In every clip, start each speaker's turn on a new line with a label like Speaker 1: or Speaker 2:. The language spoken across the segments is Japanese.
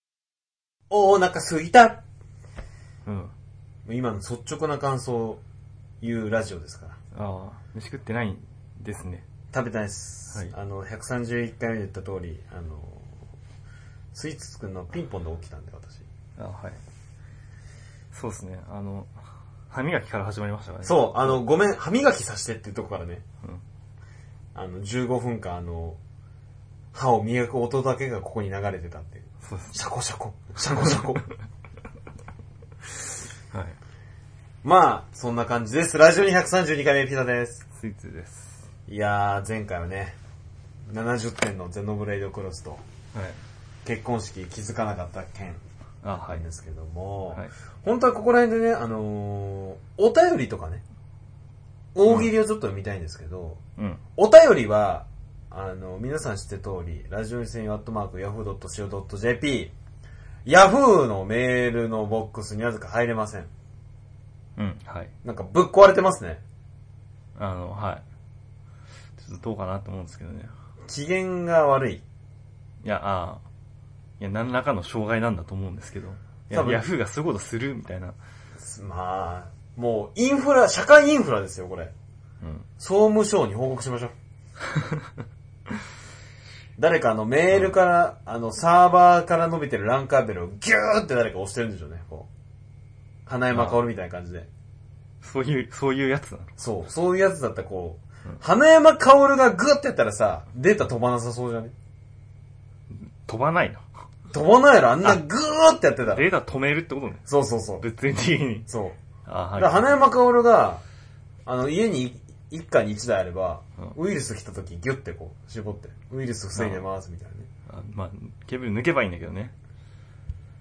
Speaker 1: もうお腹すいた
Speaker 2: うん。
Speaker 1: 今の率直な感想を言うラジオですから。
Speaker 2: ああ、飯食ってないんですね。
Speaker 1: 食べたいです。
Speaker 2: はい
Speaker 1: あの、131回目で言った通り、あの、スイーツくんのピンポンで起きたんで、私。
Speaker 2: ああはい。そうですね。あの、歯磨きから始まりましたからね。う。
Speaker 1: そう、あの、ごめん、歯磨きさせてっていうとこからね、
Speaker 2: ん、
Speaker 1: あの、15分間、あの、歯を磨く音だけがここに流れてたっていう。
Speaker 2: そうです
Speaker 1: シャコシャコ、シャコシャ コ。
Speaker 2: ね。はい。
Speaker 1: まあ、そんな感じです。ラジオに132回目ピザです。
Speaker 2: スイーツです。
Speaker 1: いやー、前回はね、70点のゼノブレイドクロスと、
Speaker 2: はい。
Speaker 1: 結婚式気づかなかった件
Speaker 2: あ
Speaker 1: な
Speaker 2: あはい
Speaker 1: ん。ですけども、
Speaker 2: はい
Speaker 1: 本当はここら辺でね、あのーお便りとかね、大喜利をちょっと見たいんですけど、
Speaker 2: うん。
Speaker 1: お便りは、あの、皆さん知ってる通り、ラジオに専用アットマーク、yahoo.co.jp、yahoo のメールのボックスになぜか入れません。
Speaker 2: うん。はい。
Speaker 1: なんかぶっ壊れてますね。
Speaker 2: あの、はい。ちょっとどうかなと思うんですけどね。
Speaker 1: 機嫌が悪い。
Speaker 2: いや、ああ。いや、何らかの障害なんだと思うんですけど。い
Speaker 1: 多
Speaker 2: や
Speaker 1: 分
Speaker 2: ヤフーがそういうことするみたいな。
Speaker 1: まあ、もうインフラ、社会インフラですよ、これ。
Speaker 2: うん。
Speaker 1: 総務省に報告しましょう。誰かあのメールから、あのサーバーから伸びてるランカーベルをギューって誰か押してるんでしょうね、こう。花山薫みたいな感じで。
Speaker 2: そういう、そういうやつなの。
Speaker 1: そう、そういうやつだったらこう、花山薫がグってやったらさ、データ飛ばなさそうじゃね
Speaker 2: 飛ばないの。
Speaker 1: 飛ばないやろ、あんなグーってやってたら。
Speaker 2: データ止めるってことね。
Speaker 1: そうそうそう。
Speaker 2: 物理的に。
Speaker 1: そう。
Speaker 2: ああ、は
Speaker 1: だ
Speaker 2: い。
Speaker 1: から花山薫が、あの、家に一家に一台あれば、
Speaker 2: う
Speaker 1: ウイルス来た時ギュってこう、絞って、ウイルス防いでますみたいなね。
Speaker 2: あまあ、ケーブル抜けばいいんだけどね。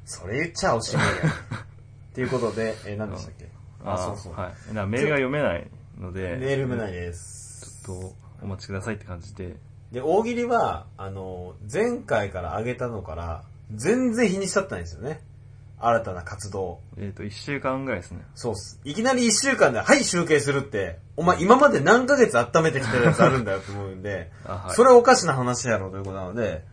Speaker 1: それ言っちゃおしまいや。っていうことで、えー、何でしたっけあそうそう。
Speaker 2: はい。だからメールが読めないの で。
Speaker 1: メールもない
Speaker 2: い。
Speaker 1: です。
Speaker 2: ちょっと、お待ちくださいって感じで。
Speaker 1: で、大喜利は、あの、前回から上げたのから、全然日にしちゃったんですよね。新たな活動。
Speaker 2: えっ、と、1週間ぐらいですね。
Speaker 1: そうっす。いきなり一週間で、はい、集計するって、お前今まで何ヶ月温めてきてるやつあるんだよと思うん で、
Speaker 2: あはい
Speaker 1: それはおかしな話やろということなので、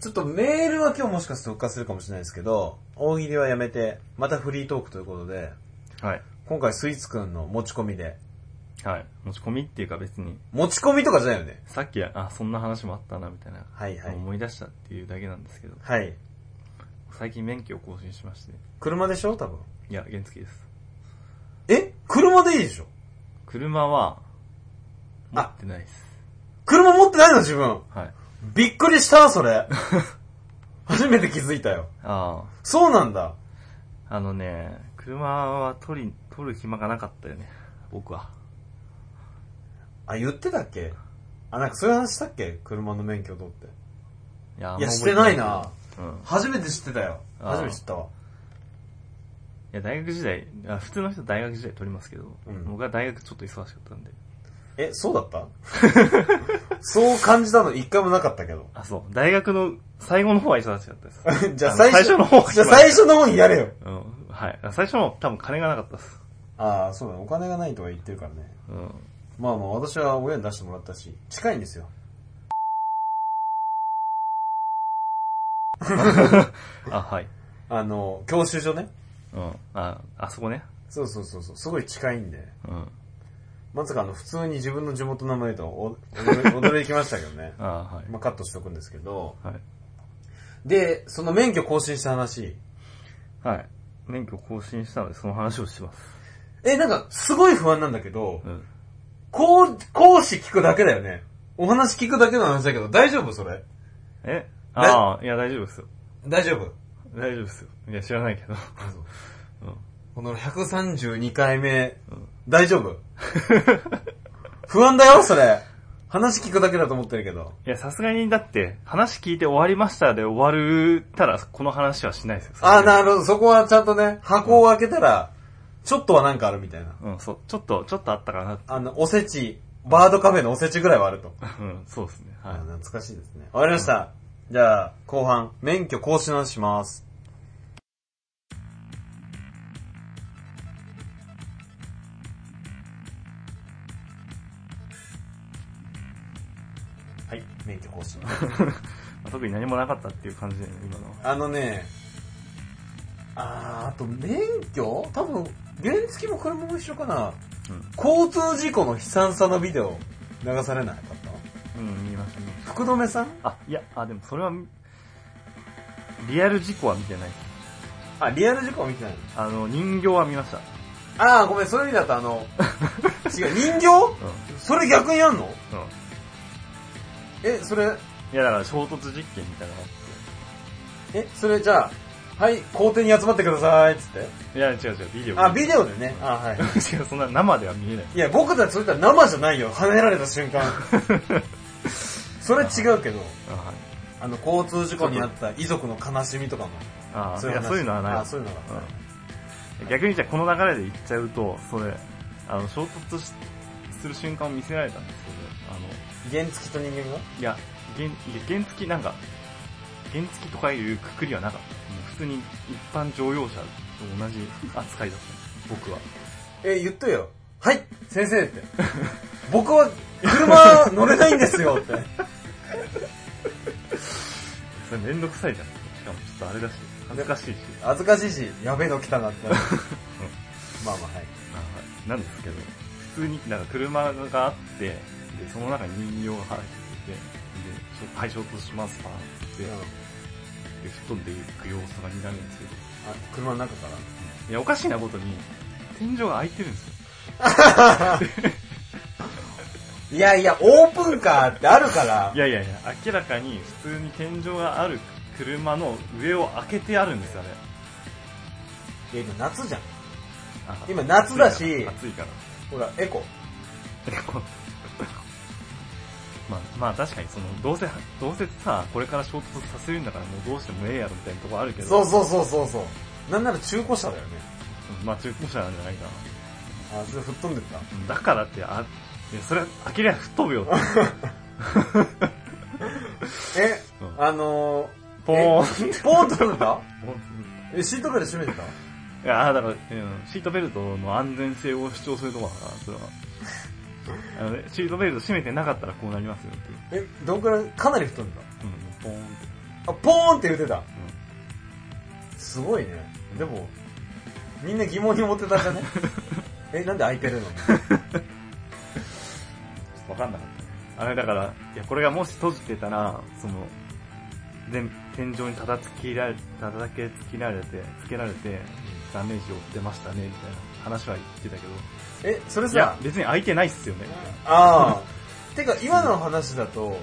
Speaker 1: ちょっとメールは今日もしかすると復活するかもしれないですけど、大喜利はやめて、またフリートークということで、
Speaker 2: はい。
Speaker 1: 今回スイーツくんの持ち込みで、
Speaker 2: はい。持ち込みっていうか別に、
Speaker 1: 持ち込みとかじゃないよね。
Speaker 2: さっき、あ、そんな話もあったな、みたいな。
Speaker 1: はいはい
Speaker 2: 思い出したっていうだけなんですけど。
Speaker 1: はい。
Speaker 2: 最近免許を更新しまして。
Speaker 1: 車でしょ多分。
Speaker 2: いや、原付です。
Speaker 1: え車でいいでしょ
Speaker 2: 車は、持
Speaker 1: あ
Speaker 2: ってないです。
Speaker 1: 車持ってないの自分。
Speaker 2: はい。
Speaker 1: びっくりしたそれ。 初めて気づいたよ。
Speaker 2: あ
Speaker 1: そうなんだ。
Speaker 2: あ。あのね、車は取り、取る暇がなかったよね。僕は。
Speaker 1: あ、言ってたっけあ、なんかそういう話したっけ車の免許取って。
Speaker 2: い
Speaker 1: い
Speaker 2: や
Speaker 1: や、
Speaker 2: あんま
Speaker 1: し
Speaker 2: 覚
Speaker 1: て
Speaker 2: えな
Speaker 1: ない
Speaker 2: いな
Speaker 1: な。
Speaker 2: うん。
Speaker 1: 初めて知ってたよ。
Speaker 2: あー
Speaker 1: 初めて知ったわ。
Speaker 2: いや、大学時代、あ普通の人は大学時代取りますけど、
Speaker 1: うん
Speaker 2: 僕は大学ちょっと忙しかったんで。
Speaker 1: え、そうだった そう感じたの一回もなかったけど。
Speaker 2: あ、そう。大学の最後の方は忙しかったです。
Speaker 1: じゃあ
Speaker 2: の
Speaker 1: 最初、
Speaker 2: の方は
Speaker 1: じゃあ最初の方にやれよ。
Speaker 2: うん。はい。あ最初の多分金がなかったです。
Speaker 1: ああ、そうだ、お金がないとは言ってるからね。
Speaker 2: うん。
Speaker 1: まあまあ、私は親に出してもらったし、近いんですよ。
Speaker 2: あ、はい。
Speaker 1: あの、教習所ね。
Speaker 2: うん。あ、あそこね。
Speaker 1: そうそうそうそう、すごい近いんで。
Speaker 2: うん。。
Speaker 1: まさかあの、普通に自分の地元の名前とお 驚驚きましたけどね
Speaker 2: あ、は
Speaker 1: まあカットしとくんですけど。
Speaker 2: い。はい。
Speaker 1: で、その免許更新した話。
Speaker 2: はい。免許更新したので、その話をします。
Speaker 1: え、なんか、すごい不安なんだけど、
Speaker 2: うん。
Speaker 1: こう、講師聞くだけだよね。お話聞くだけの話だけど、大丈夫それ
Speaker 2: えああ、いや、大丈夫ですよ。
Speaker 1: 大丈夫。
Speaker 2: 大丈夫ですよ。いや、知らないけど。 うん。
Speaker 1: この132回目、
Speaker 2: ん
Speaker 1: 大丈夫 不安だよ、それ。話聞くだけだと思ってるけど。
Speaker 2: いや、さすがに、だって、話聞いて終わりましたで終わるたら、この話はしないですよ。
Speaker 1: あー、なるほど。そこはちゃんとね、箱を開けたら、ちょっとはなんかあるみたいな。
Speaker 2: うん、そう。ちょっと、ちょっとあったかな って。
Speaker 1: あの、おせち、バードカフェのおせちぐらいはあると。
Speaker 2: うん、そうですね。
Speaker 1: あ
Speaker 2: はい。
Speaker 1: 懐かしいですね。わかりました。じゃあ、後半、免許更新の話します。はい、免許 更新。
Speaker 2: まあ特に何もなかったっていう感じで、今のは。
Speaker 1: あのね、あー、あと免許多分、原付も車も一緒かな。
Speaker 2: うん
Speaker 1: 交通事故の悲惨さのビデオ、流されなかった
Speaker 2: うん、見ました、見まし
Speaker 1: 福留さん
Speaker 2: た。あ、いや、あ、でもそれは、リアル事故は見てない。
Speaker 1: あ、リアル事故は見てないの
Speaker 2: あの、人形は見ました。
Speaker 1: あー、ごめん、そういう意味だとあ の、違う、人形
Speaker 2: うん。
Speaker 1: それ逆にやんの
Speaker 2: うん。
Speaker 1: え、それ、
Speaker 2: いや、だから衝突実験みたいなのがあ
Speaker 1: え、それじゃあ、はい、校庭に集まってください、つって。
Speaker 2: って。いや、違う違う、ビデオ。
Speaker 1: あ、ビデオでね。あ、はい。
Speaker 2: 違う、そんな生では見えない。
Speaker 1: いや、僕たちそれったら生じゃないよ。跳ねられた瞬 間。それ違うけど、
Speaker 2: あ、はい。
Speaker 1: あの、交通事故にあった遺族の悲しみとかも。
Speaker 2: ああ、
Speaker 1: そう
Speaker 2: い
Speaker 1: いう
Speaker 2: や、
Speaker 1: 話
Speaker 2: そういうのはない。
Speaker 1: あそういうのはな
Speaker 2: うん逆にじゃあこの流れで言っちゃうと、それ、あの、衝突しする瞬間を見せられたんですけど、あの、
Speaker 1: 原付と人間が
Speaker 2: いや、原いや原付きなんか、原付きとかいうくくりはなかった。もう普通に一般乗用車と同じ扱いだった。僕は。
Speaker 1: え、言っとよ。はい、先生って。僕は車乗れないんですよって。
Speaker 2: それめんどくさいじゃん。しかもちょっとあれだし、恥ずかしいし。
Speaker 1: 恥ずかしいし、やべえの来たな ってなる。まあまあ、はい。
Speaker 2: あなんですけど、普通に、なんか車があって、で、その中に人形が入ってて、で、ちょっとはい、衝突しますかって言って、で、吹っ飛んでいく様子が見られるんですけど、
Speaker 1: あ車の中から
Speaker 2: いや、おかしいなことに、天井が開いてるんですよ。
Speaker 1: いやいや、オープンカーってあるから
Speaker 2: い。やいやいや、明らかに普通に天井がある車の上を開けてあるんですよね。
Speaker 1: いや、今夏じゃん。
Speaker 2: あ
Speaker 1: 今夏だし
Speaker 2: 暑いから。
Speaker 1: ほら、エコ。
Speaker 2: 暑いから まあ、まあ確かにその、どうせ、どうせさ、これから衝突させるんだからもうどうしてもええやろみたいなとこあるけど、
Speaker 1: そうそうそうそうそう。なんなら中古車だよね。
Speaker 2: まあ中古車なんじゃないかな。
Speaker 1: あ、それ吹っ飛んでった。
Speaker 2: うんだからって、あ、いや、それは開けりゃ吹っ飛ぶよって。
Speaker 1: え、
Speaker 2: うん
Speaker 1: あのー、
Speaker 2: ポーン。
Speaker 1: えポーンと飛んでた
Speaker 2: ポーン
Speaker 1: え、シートベルト閉めてた
Speaker 2: いやあだから、うんシートベルトの安全性を主張するとこだから、それは。あのね、シートベルト閉めてなかったらこうなりますよっていう。
Speaker 1: え、どんくらい、かなり吹っ飛んで
Speaker 2: うん、ポーンって。
Speaker 1: た。あ、ポーンって言ってた。
Speaker 2: う
Speaker 1: すごいね。でも、みんな疑問に思ってたじゃ ねえ、なんで開いてるの
Speaker 2: ん。ちょっとわかんなかった。あれだから、いや、これがもし閉じてたら、その、全、天井に叩きられ、叩けつけられて、つけられて、ダメージを負ってましたね、みたいな話は言ってたけど。
Speaker 1: え、それ
Speaker 2: いや
Speaker 1: さ、、
Speaker 2: 別に開いてないっすよね。
Speaker 1: ああ。てか、今の話だと、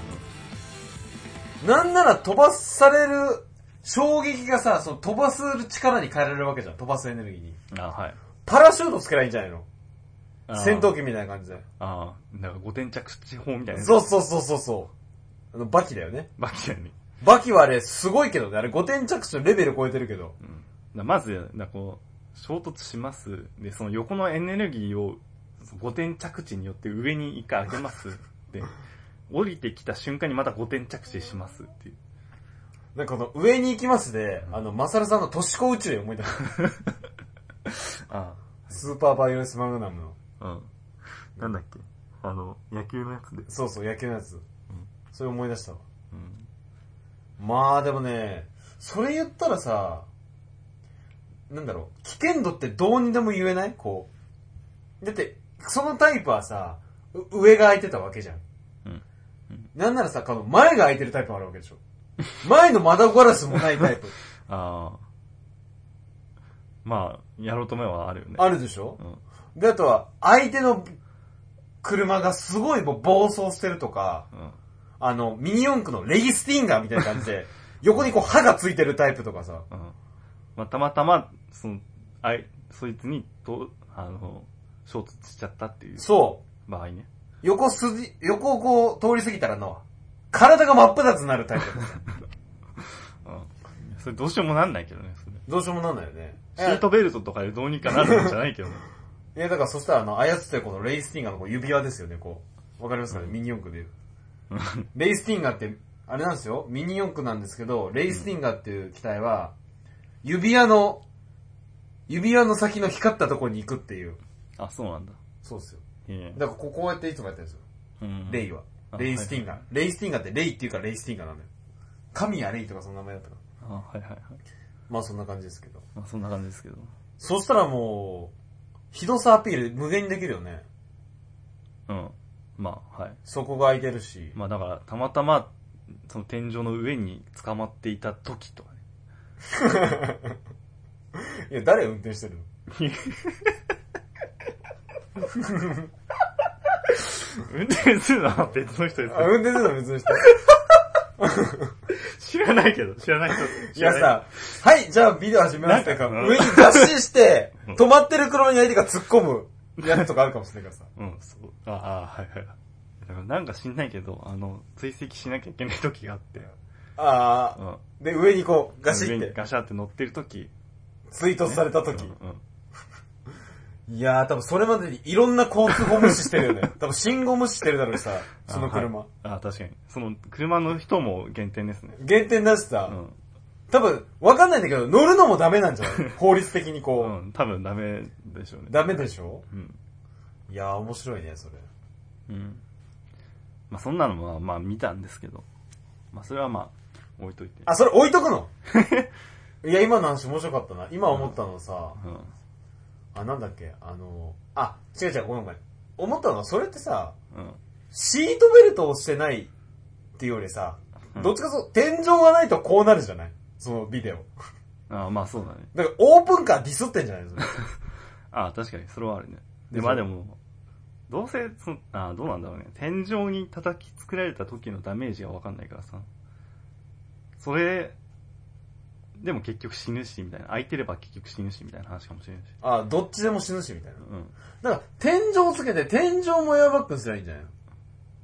Speaker 1: なんなら飛ばされる衝撃がさ、その飛ばす力に変えられるわけじゃん。飛ばすエネルギーに。
Speaker 2: あはい。
Speaker 1: パラシュートつけないいんじゃないの
Speaker 2: あー
Speaker 1: 戦闘機みたいな感じで。
Speaker 2: ああ、なんか五点着地法みたいな。
Speaker 1: そうそうそうそうそう。あの、バキだよね。
Speaker 2: バキだよね。
Speaker 1: バキはあれ、すごいけどね。あれ、5点着地のレベル超えてるけど。
Speaker 2: うんだまず、だこう、衝突します。で、その横のエネルギーを、5点着地によって上に一回上げます。で、降りてきた瞬間にまた5点着地しますっていう。
Speaker 1: なんかこの、上に行きますで、あの、マサルさんの都市高宇宙で思い出した。
Speaker 2: あ
Speaker 1: スーパーバイオレンスマグナムの。
Speaker 2: あ、うん。なんだっけあの、野球のやつで。
Speaker 1: そうそう、野球のやつ。それ思い出したわ。
Speaker 2: うん。
Speaker 1: まあでもね、それ言ったらさ、なんだろう、危険度ってどうにでも言えないこう。だって、そのタイプはさ、う上が空いてたわけじゃん。
Speaker 2: うん。
Speaker 1: なんならさ、この前が空いてるタイプもあるわけでしょ。前の窓ガラスもないタ イプ。
Speaker 2: ああ。まあ、やろうと思えばあるよね。
Speaker 1: あるでしょ
Speaker 2: うん。
Speaker 1: で、あとは、相手の車がすごいもう暴走してるとか、
Speaker 2: うん。
Speaker 1: あの、ミニ四駆のレギスティンガーみたいな感じで、横にこう歯がついてるタイプとかさ。
Speaker 2: うん。まあ、たまたま、その、あい、そいつに、と、あの、衝突しちゃったっていう
Speaker 1: そう。
Speaker 2: 場合ね。
Speaker 1: 横筋、横をこう通り過ぎたらの、体が真っ二つになるタイプ。
Speaker 2: うん。それどうしようもなんないけどね、それ。
Speaker 1: どうしようもなんないよね。
Speaker 2: シートベルトとかでどうにかなるんじゃないけどね。
Speaker 1: いや、だからそしたらあの、操ってるこのレイスティンガーのこう指輪ですよね、こう。わかりますかね、ミニ四駆でいう。 レイスティンガーって、あれなんですよ、ミニ四駆なんですけど、レイスティンガーっていう機体は、指輪の、指輪の先の光ったところに行くっていう。
Speaker 2: あ、そうなんだ。
Speaker 1: そうですよ。
Speaker 2: ええ
Speaker 1: だからこうこうやっていつもやってるんですよ。
Speaker 2: うん
Speaker 1: レイは。
Speaker 2: あ
Speaker 1: レイスティンガー。
Speaker 2: は
Speaker 1: レイスティンガーってレイっていうからレイスティンガーなんだよ。神やレイとかその名前だったから。
Speaker 2: あ、はいはいはい。
Speaker 1: まあそんな感じですけど。
Speaker 2: まあそんな感じですけど。
Speaker 1: そしたらもう、ひどさアピール無限にできるよね。
Speaker 2: うん。まあ、はい。
Speaker 1: そこが空いてるし。
Speaker 2: まあだから、たまたま、その天井の上に捕まっていた時とかね。
Speaker 1: いや、誰運転してるの
Speaker 2: 運転するのは 別の人で
Speaker 1: あ、運転するのは別の人。
Speaker 2: す。知らないけど、知らない人。
Speaker 1: い
Speaker 2: 知
Speaker 1: や
Speaker 2: らない。
Speaker 1: さ、はい、じゃあビデオ始めますとか、
Speaker 2: なんか
Speaker 1: 上にダッシュして
Speaker 2: うん、
Speaker 1: 止まってる車に相手が突っ込むやつとかあるかもしれないからさ。
Speaker 2: うん、そう。ああ、はいはい。だからなんか知んないけど、あの、追跡しなきゃいけない時があって。
Speaker 1: あ
Speaker 2: うん。
Speaker 1: ー、で、上にこう、ガシ
Speaker 2: 上
Speaker 1: っ
Speaker 2: に
Speaker 1: て、
Speaker 2: ガシャって乗ってる時。
Speaker 1: 追突された時
Speaker 2: うん。うん。
Speaker 1: いやー、多分それまでにいろんな交通法無視してるよ ね。多分信号無視してるだろうしさ、その車。
Speaker 2: あ、はいあ確かに。その、車の人も減点ですね。
Speaker 1: 減点だし
Speaker 2: う
Speaker 1: さ、
Speaker 2: ん。
Speaker 1: 多分、わかんないんだけど、乗るのもダメなんじゃ ない法律的に
Speaker 2: う
Speaker 1: こ
Speaker 2: ん、多分ダメでしょうね
Speaker 1: う。。ダメでしょ
Speaker 2: うん。
Speaker 1: いやー、面白いね、それ。
Speaker 2: うん。まあそんなのは、まあ見たんですけど。まあそれはまあ、置いといて。
Speaker 1: あ、それ置いとく のいや、今の話面白かったな。今思ったのはさ、
Speaker 2: うん。
Speaker 1: あ、なんだっけ、あの、あ、違う違う、ごめんごめん。思ったのは、それってさ、
Speaker 2: うん。
Speaker 1: シートベルトをしてないっていうよりさ、
Speaker 2: うん
Speaker 1: どっちかというと、天井がないとこうなるじゃないそのビデオ。
Speaker 2: ああ、まあそうだね。
Speaker 1: だから、オープンカーディスってんじゃない のそれ
Speaker 2: ああ、確かに、それはあるね。
Speaker 1: で
Speaker 2: で、まあでも、どうせ、そのああ、どうなんだろうね。天井に叩き作られた時のダメージがわかんないからさ。それ、でも結局死ぬし、みたいな。空いてれば結局死ぬし、みたいな話かもしれないし。
Speaker 1: あ、どっちでも死ぬし、みたいな。
Speaker 2: うん。
Speaker 1: だから、天井つけて、天井もエアバッグにすりゃいいんじゃないの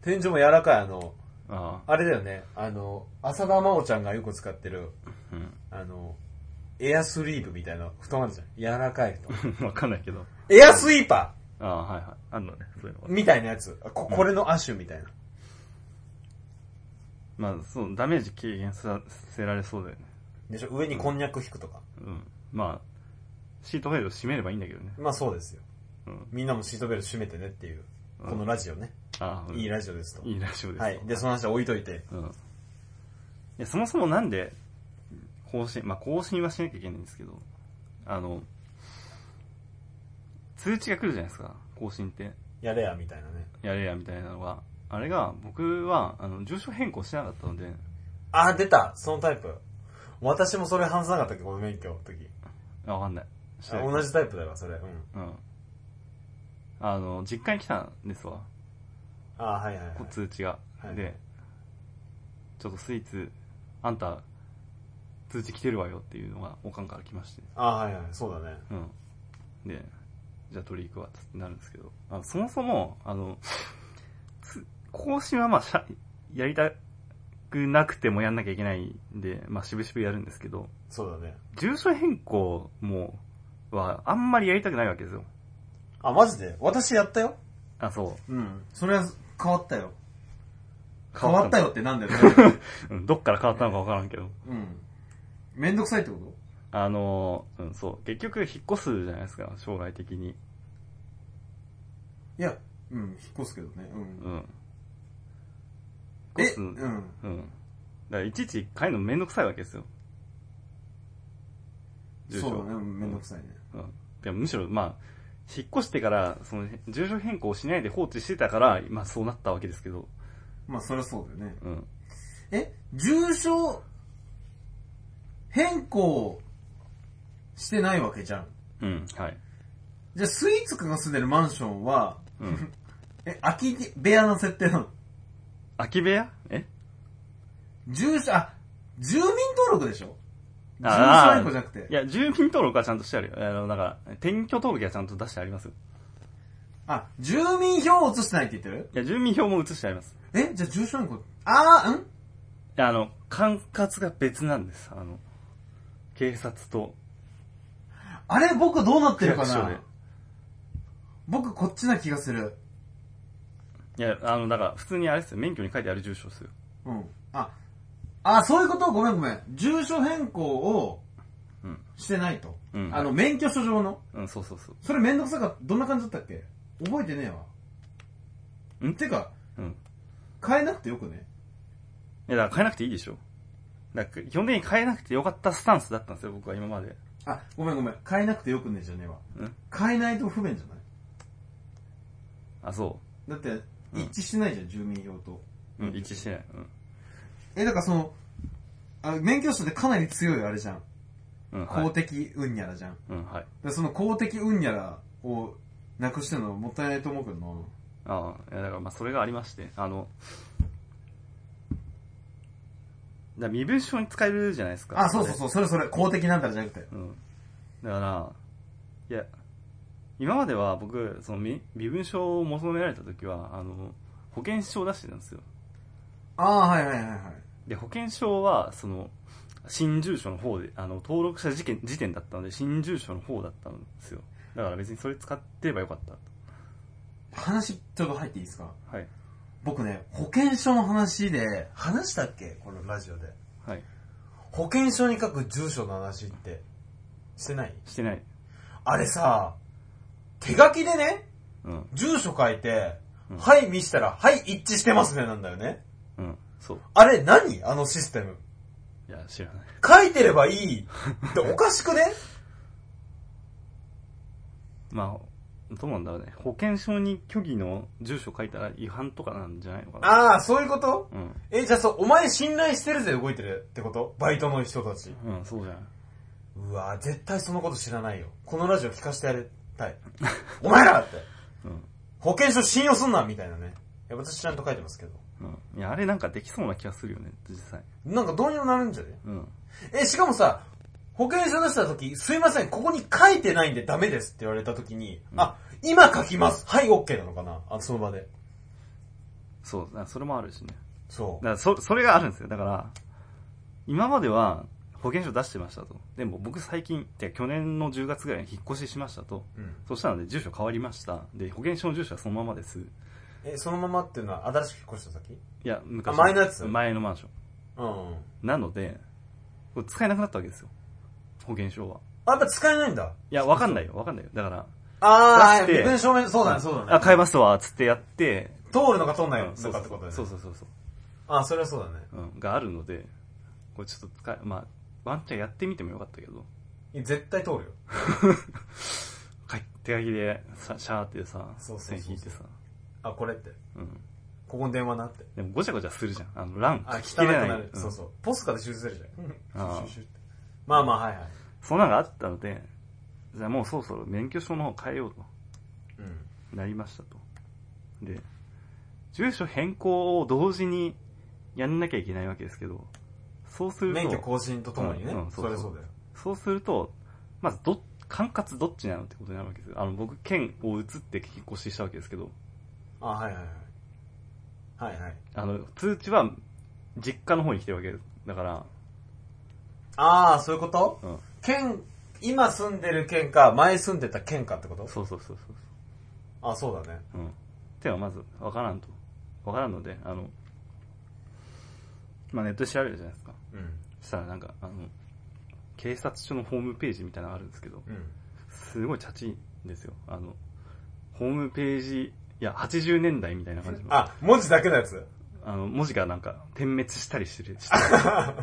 Speaker 1: 天井も柔らかい、あの、
Speaker 2: ああ、
Speaker 1: あれだよね、あの、浅田真央ちゃんがよく使ってる、
Speaker 2: う
Speaker 1: あの、エアスリープみたいな布団あるじゃん。柔らかい 布団。
Speaker 2: ん。わかんないけど。
Speaker 1: エアスイーパ
Speaker 2: ああ、はいはい。あんのね、そういうの
Speaker 1: ー
Speaker 2: が。
Speaker 1: みたいなやつ。ここれの亜種みたいな。
Speaker 2: まあ、そう、ダメージ軽減させられそうだよね。
Speaker 1: でしょ上にこんにゃく引くとか。
Speaker 2: うん。まあ、シートフェルト締めればいいんだけどね。
Speaker 1: まあそうですよ。
Speaker 2: うん。
Speaker 1: みんなもシートベルト締めてねっていう、
Speaker 2: うん
Speaker 1: このラジオね。
Speaker 2: ああ、うん
Speaker 1: いいラジオですと。
Speaker 2: いいラジオです。
Speaker 1: はい。で、その話は置いといて。
Speaker 2: うん。いや、そもそもなんで、更新、まあ、更新はしなきゃいけないんですけど、あの、通知が来るじゃないですか、更新って。
Speaker 1: やれや、みたいなね。
Speaker 2: やれや、みたいなのが。あれが、僕は、あの、住所変更してなかったので、
Speaker 1: あー、出たそのタイプ。私もそれ話さなかったっけこの免許の時。
Speaker 2: あわかんない。して
Speaker 1: あ
Speaker 2: ない
Speaker 1: 同じタイプだわ、それ。うん。
Speaker 2: うん。あの、実家に来たんですわ、
Speaker 1: あー、はいはいはい。
Speaker 2: こ通知が。
Speaker 1: はい
Speaker 2: で、ちょっとスイーツ、あんた、通知来てるわよっていうのが、おかんから来まして。
Speaker 1: あー、はいはい。そうだね。
Speaker 2: うん。で、じゃあ取り行くわ、つってなるんですけど。あそもそも、あの、つ更新はまあ、しゃやりたくなくてもやんなきゃいけないんで、まあ、しぶしぶやるんですけど、
Speaker 1: そうだね。
Speaker 2: 住所変更も、は、あんまりやりたくないわけですよ。
Speaker 1: あ、マジで私やったよ。
Speaker 2: あ、そ
Speaker 1: うん。それは変わったよ。
Speaker 2: う。
Speaker 1: 変わった
Speaker 2: よ。
Speaker 1: よってなんだよ。
Speaker 2: うん、どっから変わったのかわからんけど。
Speaker 1: うん。めんどくさいってこと
Speaker 2: あの、うん、そう。結局、引っ越すじゃないですか、将来的に。
Speaker 1: いや、うん、引っ越すけどね。うん。
Speaker 2: うん。引っ
Speaker 1: え、
Speaker 2: 越す
Speaker 1: う
Speaker 2: うん。だ
Speaker 1: ん。
Speaker 2: から、いちいち変えるのめんどくさいわけですよ。住所
Speaker 1: そうだね、うんめんどくさいね。
Speaker 2: うん。でもむしろ、まあ、引っ越してから、その、住所変更をしないで放置してたから、まあそうなったわけですけど、
Speaker 1: まあ、そりゃそうだよね。
Speaker 2: うん。
Speaker 1: え、重症変更してないわけじゃん。
Speaker 2: うん、はい。
Speaker 1: じゃあ、スイーツくんが住んでるマンションは、
Speaker 2: うん。
Speaker 1: え、空き部屋の設定なの
Speaker 2: 空き部屋え
Speaker 1: 住所、あ、住民登録でしょ住
Speaker 2: あ
Speaker 1: 所
Speaker 2: あ
Speaker 1: 変更じゃなく
Speaker 2: い
Speaker 1: て。
Speaker 2: や、住民登録はちゃんとしてあるよ。あの、だから、転居登録はちゃんと出してありますよ。
Speaker 1: あ、住民票を移してないって言ってる
Speaker 2: いや、住民票も移してあります。
Speaker 1: え、じゃあ住所変更、あー、ん
Speaker 2: いやあの、管轄が別なんです。あの、警察と
Speaker 1: あれ僕どうなって
Speaker 2: 区
Speaker 1: るか
Speaker 2: 役所で
Speaker 1: な。僕こっちな気がする。
Speaker 2: いや、あの、だから、普通にあれですよ。免許に書いてある住所ですよ。
Speaker 1: うん。あ、あ、そういうことごめんごめん。住所変更を
Speaker 2: うん
Speaker 1: してないと。
Speaker 2: うん
Speaker 1: あの、免許証上の。
Speaker 2: うん、そうそうそう。
Speaker 1: それめんどくさかった。どんな感じだったっけ覚えてねえわ。
Speaker 2: ん
Speaker 1: てか、
Speaker 2: うん。
Speaker 1: 変えなくてよくね。
Speaker 2: いや、だから変えなくていいでしょ。だから基本的に変えなくてよかったスタンスだったんですよ、僕は今まで。
Speaker 1: あ、ごめんごめん。変えなくてよくねえじゃねえわ。
Speaker 2: うん
Speaker 1: 変えないと不便じゃない
Speaker 2: あ、そ
Speaker 1: だって、
Speaker 2: うん
Speaker 1: 一致してないじゃん、住民票と。
Speaker 2: う。うん、一致してない。
Speaker 1: え、だからその、あ免許証ってかなり強いあれじゃん。
Speaker 2: うん。うん、は
Speaker 1: 公
Speaker 2: い。
Speaker 1: 的うんにゃらじゃん。
Speaker 2: うん、はい。
Speaker 1: だからその公的うんにゃらをなくしてるのはもったいないと思うけどな。
Speaker 2: ああ、いやだからまあそれがありまして、あの、だから身分証に使えるじゃないですか。
Speaker 1: あ、そうそうそう、それそれ、公的なんたらじゃなくて。
Speaker 2: う。うん。だから、いや、今までは僕、その身身分証を求められた時は、あの、保険証を出してたんですよ。
Speaker 1: ああ、はいはいはいはい。
Speaker 2: で、保険証は、その、新住所の方で、あの、登録した事件、時点だったので、新住所の方だったんですよ。だから別にそれ使ってればよかったと。
Speaker 1: 話、ちょっと入っていいですか
Speaker 2: はい。
Speaker 1: 僕ね、保険証の話で、話したっけこのラジオで。
Speaker 2: はい。
Speaker 1: 保険証に書く住所の話って、してない
Speaker 2: してない。
Speaker 1: あれさ、手書きでね、
Speaker 2: うん。
Speaker 1: 住所書いて、
Speaker 2: うん
Speaker 1: はい見したら、はい一致してますねなんだよね。
Speaker 2: うん。そう。
Speaker 1: あれ何あのシステム。
Speaker 2: いや、知らない。
Speaker 1: 書いてればいいっておかしくね
Speaker 2: まあ、どうなんだろうね。保険証に虚偽の住所書いたら違反とかなんじゃないのかな。
Speaker 1: ああ、そういうこと
Speaker 2: うん。
Speaker 1: え、じゃあそう、お前信頼してるぜ動いてるってことバイトの人たち。
Speaker 2: うん、そうじゃん。
Speaker 1: うわ絶対そのこと知らないよ。このラジオ聞かせてやりたい。 お前らって
Speaker 2: うん。
Speaker 1: 保険証信用すんなみたいなね。いや、私ちゃんと書いてますけど。
Speaker 2: うん。いや、あれなんかできそうな気がするよね、実際。
Speaker 1: なんかどうにもなるんじゃね
Speaker 2: うん。
Speaker 1: え、しかもさ、保険証出した時、すいません、ここに書いてないんでダメですって言われた時に、
Speaker 2: うん
Speaker 1: あ、今書きますはい、OK なのかなあ、その場で。
Speaker 2: そう、だからそれもあるしね。
Speaker 1: そ
Speaker 2: だ
Speaker 1: う。
Speaker 2: からそ、それがあるんですよ。だから、今までは保険証出してましたと。でも僕最近、てか去年の10月ぐらいに引っ越ししましたと。
Speaker 1: うん。
Speaker 2: そしたので住所変わりました。で、保険証の住所はそのままです。い
Speaker 1: え、そのままっていうのは新しく引っ越した先
Speaker 2: や、昔。
Speaker 1: あ前のやつ
Speaker 2: 前のマンション。
Speaker 1: うん。
Speaker 2: なので、これ使えなくなったわけですよ。保険証は。
Speaker 1: あ、やっぱ使えないんだ。
Speaker 2: いや、わかんないよ、わかんないよ。だから、
Speaker 1: あ
Speaker 2: 出
Speaker 1: ー、
Speaker 2: し
Speaker 1: 身
Speaker 2: て
Speaker 1: 分証明、そうだね、そうだね。
Speaker 2: あ、買えますわ、つってやって、
Speaker 1: 通るのか通んないの
Speaker 2: うん
Speaker 1: か
Speaker 2: そう
Speaker 1: ってことだね。
Speaker 2: そうそうそうそ
Speaker 1: あ、それはそうだね。
Speaker 2: う、うん、があるので、これちょっと使い、まあ、ワンチャンやってみてもよかったけど、
Speaker 1: いや絶対通るよ。
Speaker 2: か手書きでさ、シャーってさ、
Speaker 1: そうそうそう
Speaker 2: 線引いてさ、
Speaker 1: あ、これって。
Speaker 2: うん。
Speaker 1: ここの電話なって。
Speaker 2: でもごちゃごちゃするじゃん。あの、欄
Speaker 1: あ、
Speaker 2: 書きき
Speaker 1: 汚く
Speaker 2: れない。
Speaker 1: なる。
Speaker 2: うん
Speaker 1: そうそう。ポスカで修正するじゃん。
Speaker 2: あー
Speaker 1: シュシュシュってまあまあ、はいはい。
Speaker 2: そんなのがあったので、じゃあもうそろそろ免許証の方変えようと
Speaker 1: うん。
Speaker 2: なりましたと。で、住所変更を同時にやんなきゃいけないわけですけど、そうすると、
Speaker 1: 免許更新とともにね、
Speaker 2: うんうん
Speaker 1: そ
Speaker 2: そうそう
Speaker 1: れそうだよ。
Speaker 2: そうすると、まずど、管轄どっちなのってことになるわけですよ。あの、僕、県を移って引っ越ししたわけですけど、
Speaker 1: あ、はいはいはい。はいはい。
Speaker 2: あの、通知は実家の方に来てるわけです。だから、
Speaker 1: ああ、そういうこと
Speaker 2: うん。
Speaker 1: 県、今住んでる県か、前住んでた県かってこと
Speaker 2: そうそうそうそう
Speaker 1: あ、そうだね。
Speaker 2: そう。うん。ってのはまず、わからんと。わからんので、あの、まあネットで調べるじゃないですか。
Speaker 1: うん。
Speaker 2: そしたらなんか、あの、警察署のホームページみたいなのがあるんですけど、
Speaker 1: うん。
Speaker 2: すごいチャチいんですよ。あの、ホームページ、いや、80年代みたいな感じの。
Speaker 1: あ、文字だけのやつ
Speaker 2: あの、文字がなんか、点滅したりしてる。してる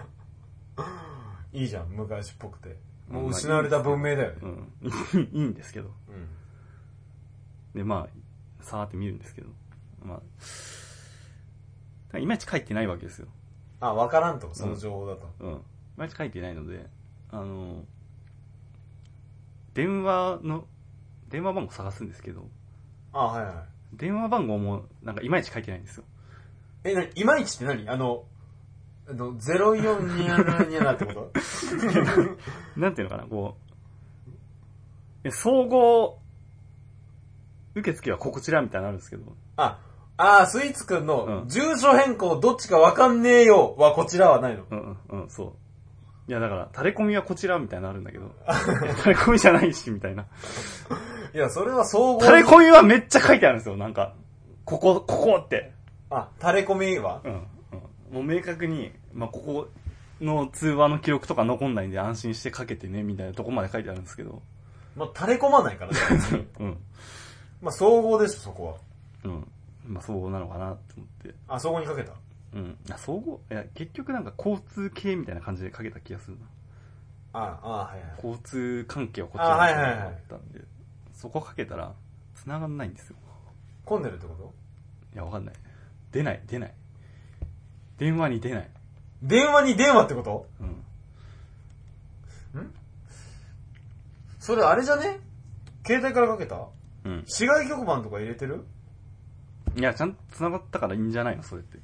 Speaker 1: いいじゃん、昔っぽくて。
Speaker 2: まあ
Speaker 1: もう失われた文明だ よね。
Speaker 2: うん。いいんですけど。
Speaker 1: うん。
Speaker 2: で、まあ、さーって見るんですけど。まあ、いまいち書いてないわけですよ。
Speaker 1: あ、わからんと、その情報だと。
Speaker 2: うん。いまいち書いてないので、あの、電話の、電話番号探すんですけど、
Speaker 1: あ、はいはい。
Speaker 2: 電話番号も、なんかいまいち書いてないんですよ。
Speaker 1: え、なに、いまいちって何あの、あの、0427ってこと
Speaker 2: なんていうのかな、こう、え総合、受付はこちらみたいなのあるんですけど、
Speaker 1: あ、あー、スイーツくん
Speaker 2: う
Speaker 1: の、
Speaker 2: ん
Speaker 1: 住所変更どっちかわかんねえよはこちらはないの。
Speaker 2: うんうんうん、そう。いや、だから、垂れ込みはこちらみたいなのあるんだけ ど、いや垂れ込みじゃないし、みたいな。
Speaker 1: いや、それは総合。
Speaker 2: 垂れ込みはめっちゃ書いてあるんですよ、なんか。ここ、ここって。
Speaker 1: あ、垂れ込みは
Speaker 2: うん、うん。もう明確に、まあ、ここの通話の記録とか残んないんで安心して書けてね、みたいなとこまで書いてあるんですけど。
Speaker 1: まあ、垂れ込まない からね。
Speaker 2: うん。
Speaker 1: まあ、総合でしょ、そこは。
Speaker 2: うん。まあ、そうなのかな、と思って。
Speaker 1: あ、総合にかけた。
Speaker 2: うん。あ、総合、いや、結局なんか交通系みたいな感じでかけた気がするな。
Speaker 1: ああ、ああ、はいはい。
Speaker 2: 交通関係をこっち
Speaker 1: あはい
Speaker 2: に
Speaker 1: はいはい
Speaker 2: あったんで、そこかけたら、繋がんないんですよ。
Speaker 1: 混んでるってこと
Speaker 2: いや、わかんない。出ない、出ない。電話に出ない。
Speaker 1: 電話に電話ってこと
Speaker 2: うん。
Speaker 1: それあれじゃね携帯からかけた
Speaker 2: うん。
Speaker 1: 市外局番とか入れてる
Speaker 2: いや、ちゃんと繋がったからいいんじゃないのそれって。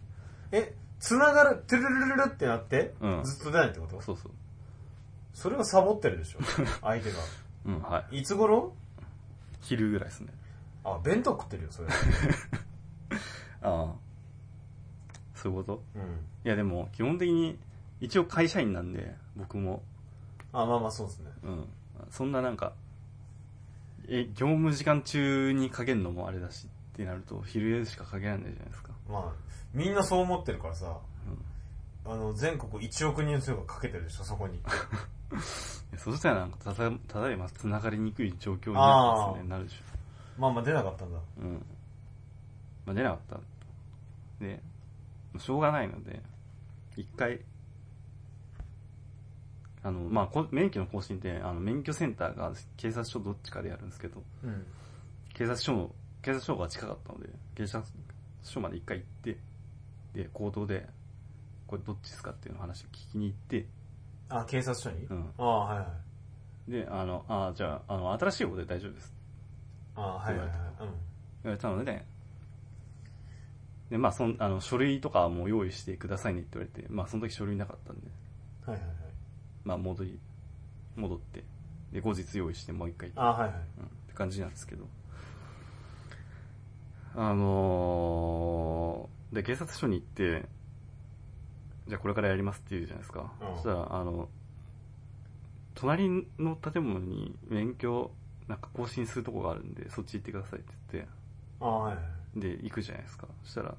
Speaker 1: え、繋がる、トゥルルルルルってなって、
Speaker 2: うん
Speaker 1: ずっと出ないってこと
Speaker 2: そうそう。
Speaker 1: それはサボってるでしょ相手が。
Speaker 2: うん、はい。
Speaker 1: いつ頃
Speaker 2: 昼ぐらいですね。
Speaker 1: あ、弁当食ってるよ、それ。
Speaker 2: ああ。そういうこと
Speaker 1: うん。
Speaker 2: いや、でも、基本的に、一応会社員なんで、僕も。
Speaker 1: あ、まあまあそうですね。
Speaker 2: うん。そんななんか、え、業務時間中にかけるのもあれだしってなると、昼しかかけられないじゃないですか。
Speaker 1: まあ、みんなそう思ってるからさ、
Speaker 2: うん。い
Speaker 1: あの、全国1億人の人がかけてるでしょ、そこに。
Speaker 2: やそしたらなんか、ただ、ただいま繋がりにくい状況になる,、ね、なるでし
Speaker 1: まあまあ出なかったんだ。
Speaker 2: ょ。うん。まあ、出なかった。で、もうしょうがないので、一回、あの、まあこ、免許の更新って、あの、免許センターが警察署どっちかでやるんですけど、
Speaker 1: うん。
Speaker 2: 警察署の、警察署が近かったので、警察署まで一回行って、で、口頭で、これどっちですかっていうのを話を聞きに行って、
Speaker 1: あ、警察署に、
Speaker 2: うん。
Speaker 1: ああ、はいはい。
Speaker 2: で、あの、あじゃあ、あの、新しい方で大丈夫です。
Speaker 1: ああ、はいはいはい。
Speaker 2: 言われたので、で、まあ、そん、あの、書類とかも用意してくださいねって言われて、まあ、その時書類なかったんで、
Speaker 1: うん。はいはいはい。
Speaker 2: まあ、戻り、戻って、で、後日用意してもう一回行って
Speaker 1: ああ、はいはい。
Speaker 2: うんって感じなんですけど。あのー、で、警察署に行って、じゃあこれからやりますって言うじゃないですか。
Speaker 1: うん
Speaker 2: そしたら、あの、隣の建物に免許、なんか更新するとこがあるんで、そっち行ってくださいって言って、
Speaker 1: ああ、はいはい。
Speaker 2: で、行くじゃないですか。そしたら、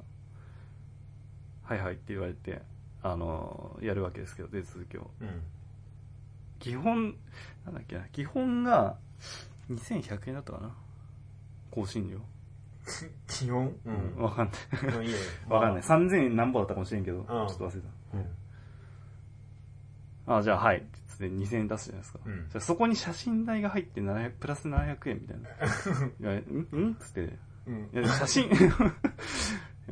Speaker 2: はいはいって言われて、あのー、やるわけですけど、手続きを。
Speaker 1: うん。
Speaker 2: 基本、なんだっけな、基本が2100円だったかな。更新料。
Speaker 1: 気温う
Speaker 2: うん、
Speaker 1: ん。
Speaker 2: わかんない。
Speaker 1: まあいいや
Speaker 2: わかんない。
Speaker 1: い。
Speaker 2: 3000何本だったかもしれんけど、ちょ
Speaker 1: ん
Speaker 2: っと忘れ
Speaker 1: うん。
Speaker 2: た。あ、じゃあはい。つって2000円出すじゃないですか。
Speaker 1: うん
Speaker 2: じゃあそこに写真代が入って700、プラス700円みたい な。いや、うんうんつって。
Speaker 1: うん
Speaker 2: いや、写真、い や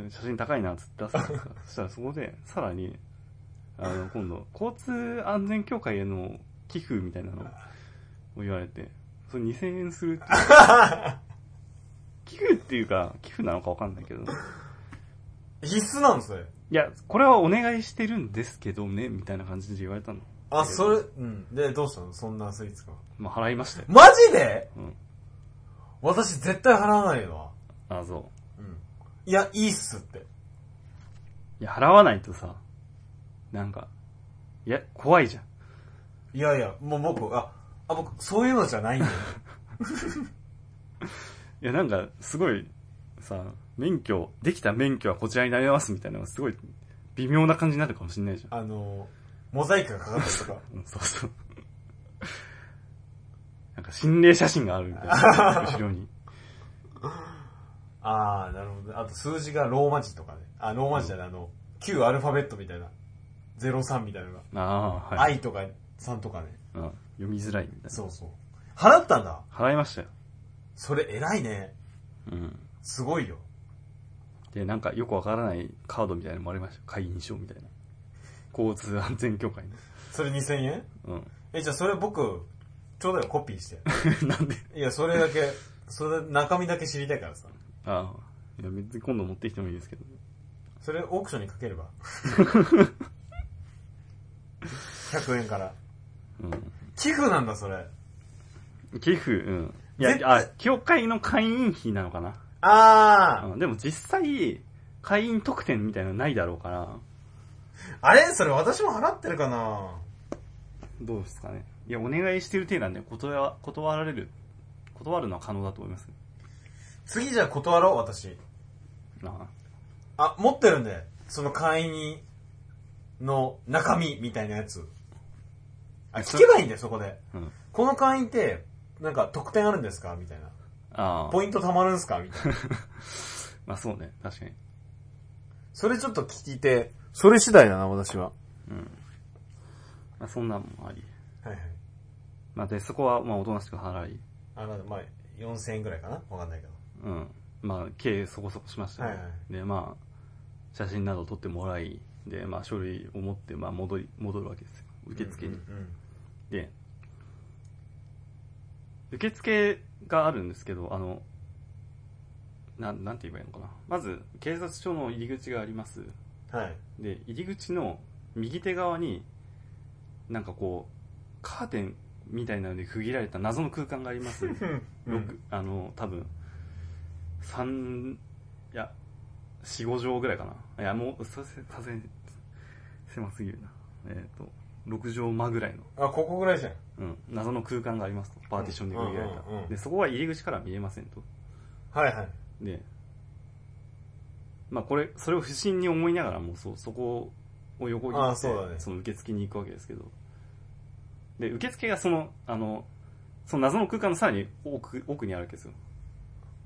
Speaker 2: 写真高いな、つって出すじゃないですか。そしたらそこで、さらに、あの、今度、交通安全協会への寄付みたいなのを言われて、それ2000円するっていう寄付っていうか、寄付なのかわかんないけど、
Speaker 1: 必須なのそれ。
Speaker 2: いや、これはお願いしてるんですけどね、みたいな感じで言われたの。
Speaker 1: あ、それ、うん。で、どうしたのそんなスイーツが。
Speaker 2: まあ、払いましたよ。
Speaker 1: マジで
Speaker 2: うん。
Speaker 1: 私絶対払わないよ
Speaker 2: あ、そ
Speaker 1: な。うん。いや、いいっすって。
Speaker 2: う。いや、払わないとさ、なんか、いや、怖いじゃん。
Speaker 1: いやいや、もう僕、あ、あ、僕、そういうのじゃ ないんだよ。
Speaker 2: いや、なんか、すごい、さ、免許、できた免許はこちらになりますみたいなのがすごい、微妙な感じになるかもしんないじゃ
Speaker 1: あの、モザイクがかかったりと か。
Speaker 2: ん。うん、そうそう。なんか、心霊写真があるみたいな、後ろに。
Speaker 1: あー、なるほど。あと数字がローマ字とかね。あ、ローマ字じゃない、あの、旧アルファベットみたいな。03みたいなのが。
Speaker 2: ああ、はい。
Speaker 1: I とか3とかね。
Speaker 2: うん読みづらいみたいな。
Speaker 1: そうそう。払ったんだ。
Speaker 2: 払いましたよ。
Speaker 1: それ偉いね。
Speaker 2: うん。
Speaker 1: すごいよ。
Speaker 2: で、なんかよくわからないカードみたいなのもありましたよ。会員証みたいな。交通安全協会の。
Speaker 1: それ2000円
Speaker 2: う
Speaker 1: え、じゃあそれ僕、ちょうだいよ、コピーして。
Speaker 2: ん。 なんで
Speaker 1: いや、それだけ、それ、中身だけ知りたいからさ。
Speaker 2: ああ。いや、別に今度持ってきてもいいですけど。
Speaker 1: それオークションにかけれ ば。100円から。
Speaker 2: う
Speaker 1: 寄付なんだ、それ。
Speaker 2: ん。寄付、うん。いや
Speaker 1: 絶、対
Speaker 2: あ、協会の会員費なのかな。
Speaker 1: あー、
Speaker 2: うん。でも実際、会員特典みたいなのないだろうから、
Speaker 1: あれそれ私も払ってるかな
Speaker 2: どうですかね。いや、お願いしてる体なんで、断、断られる、断るのは可能だと思います。
Speaker 1: 次じゃあ断ろう、私。
Speaker 2: な
Speaker 1: あ、
Speaker 2: あ。
Speaker 1: 持ってるんで、その会員の中身みたいなやつ。あ、聞けばいいんだよ、そこで。
Speaker 2: うん。
Speaker 1: この会員って、なんか特典あるんですかみたいな。
Speaker 2: ああ。
Speaker 1: ポイント貯まるんすかみたいな。
Speaker 2: まあそうね、確かに。
Speaker 1: それちょっと聞いて、それ次第だな、私は。
Speaker 2: うん。まあ、そんなんもあり。
Speaker 1: はいはい。
Speaker 2: まあ、で、そこは、まあ、おとなしく払い。
Speaker 1: あ、まだ、まあ、4000円ぐらいかなわかんないけど。
Speaker 2: うん。まあ、経営そこそこしましたね、
Speaker 1: はいはい
Speaker 2: で、まあ、写真などを撮ってもらい、で、まあ、書類を持って、まあ、戻り、戻るわけですよ。受付に。
Speaker 1: うんうんうん
Speaker 2: で、受付があるんですけど、あの、なん、なんて言えばいいのかな。まず、警察署の入り口があります。
Speaker 1: はい。
Speaker 2: で、入り口の右手側に、なんかこう、カーテンみたいなので区切られた謎の空間があります。
Speaker 1: うん
Speaker 2: 六あの、多分、三、いや、四五畳ぐらいかな。いや、もう、さすさすがに、狭すぎるな。えっ、と、六畳間ぐらいの、
Speaker 1: あ、ここぐらいじゃん。
Speaker 2: うん、謎の空間がありますと。パーティションで区切られた。
Speaker 1: うんうんうん
Speaker 2: で、そこは入り口から見えませんと。
Speaker 1: はいはい。
Speaker 2: で、まあこれ、それを不審に思いながらも、そう、そこを横切
Speaker 1: あ
Speaker 2: っ
Speaker 1: あ
Speaker 2: て、
Speaker 1: そうだね
Speaker 2: の受付に行くわけですけど。で、受付がその、あの、その謎の空間のさらに奥、奥にあるわけですよ。